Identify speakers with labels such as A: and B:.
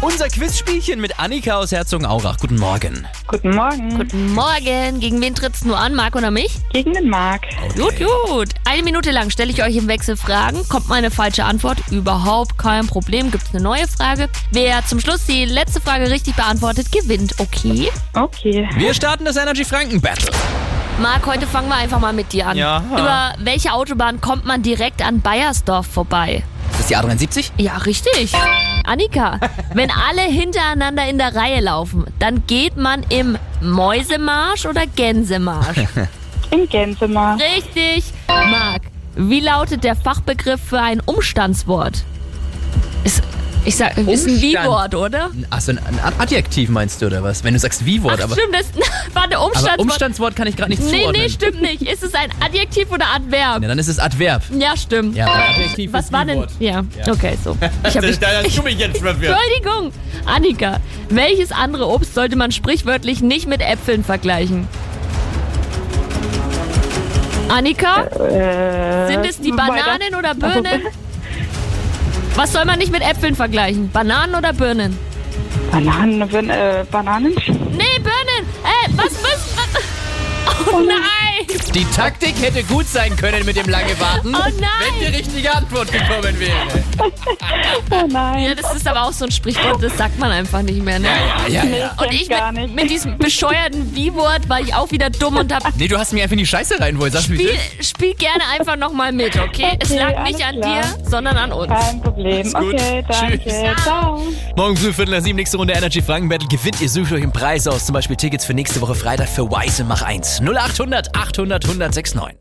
A: unser Quizspielchen mit Annika aus Herzogenaurach. Guten Morgen.
B: Guten Morgen.
C: Guten Morgen. Gegen wen trittst du an, Marc oder mich?
B: Gegen den Marc.
C: Gut, gut. Eine Minute lang stelle ich euch im Wechsel Fragen. Kommt mal eine falsche Antwort? Überhaupt kein Problem. Gibt's eine neue Frage? Wer zum Schluss die letzte Frage richtig beantwortet, gewinnt. Okay.
B: Okay.
A: Wir starten das Energy Franken Battle.
C: Marc, heute fangen wir einfach mal mit dir an.
A: Ja.
C: Über welche Autobahn kommt man direkt an Bayersdorf vorbei?
A: Das ist die A73?
C: Ja, richtig. Annika, wenn alle hintereinander in der Reihe laufen, dann geht man im Mäusemarsch oder Gänsemarsch?
B: Im Gänsemarsch.
C: Richtig. Marc, wie lautet der Fachbegriff für ein Umstandswort? Ist, ich sag, ist ein
A: Umstand.
C: Wie-Wort, oder?
A: Achso, ein ein Adjektiv meinst du oder was? Wenn du sagst Wie-Wort,
C: Ach,
A: aber,
C: stimmt, das war ein Umstandswort.
A: aber Umstandswort kann ich gerade nicht
C: nee,
A: zuordnen.
C: nee, stimmt nicht. Ist es ein Adjektiv oder Adverb?
A: ja, dann ist es Adverb.
C: Ja, stimmt.
A: Ja, weil Adjektiv
C: Äh, Was
A: ist
C: war denn?
A: Wie-Wort.
C: Ja, okay, so. Ich hab mich,
A: hast du mich jetzt verwirrt.
C: Entschuldigung. Annika, welches andere Obst sollte man sprichwörtlich nicht mit Äpfeln vergleichen? Annika?
B: Äh,
C: Sind es die
B: weiter.
C: Bananen oder Birnen? Was soll man nicht mit Äpfeln vergleichen? Bananen oder Birnen?
B: Bananen, wenn, äh, Bananen?
C: Nee, Birnen! Äh, was, was, was? Oh nein!
A: Die Taktik hätte gut sein können mit dem lange Warten,
C: Oh nein!
A: wenn die richtige Antwort gekommen wäre.
B: Oh
C: Ja,
B: nein.
C: das ist aber auch so ein Sprichwort, das sagt man einfach nicht mehr, ne?
A: Ja, ja.
C: Und ich
B: gar
C: mit,
B: nicht.
C: mit diesem bescheuerten Wie-Wort war ich auch wieder dumm und hab.
A: Nee, du hast mir einfach in die Scheiße reinwohl. Sagst du, wie
C: Spiel,
A: es ist?
C: spiel gerne einfach nochmal mit, okay? Es
B: Okay,
C: lag nicht
B: alles
C: an
B: klar.
C: dir, sondern an uns.
B: Kein Problem.
A: Ist gut.
B: Okay, danke.
A: Tschüss.
B: Ciao.
A: Morgen früh, Viertel nach sieben, nächste Runde Energy Franken Battle. Gewinnt ihr, sucht euch einen Preis aus. Zum Beispiel Tickets für nächste Woche Freitag für Weise, mach 1. 0800 800 1069.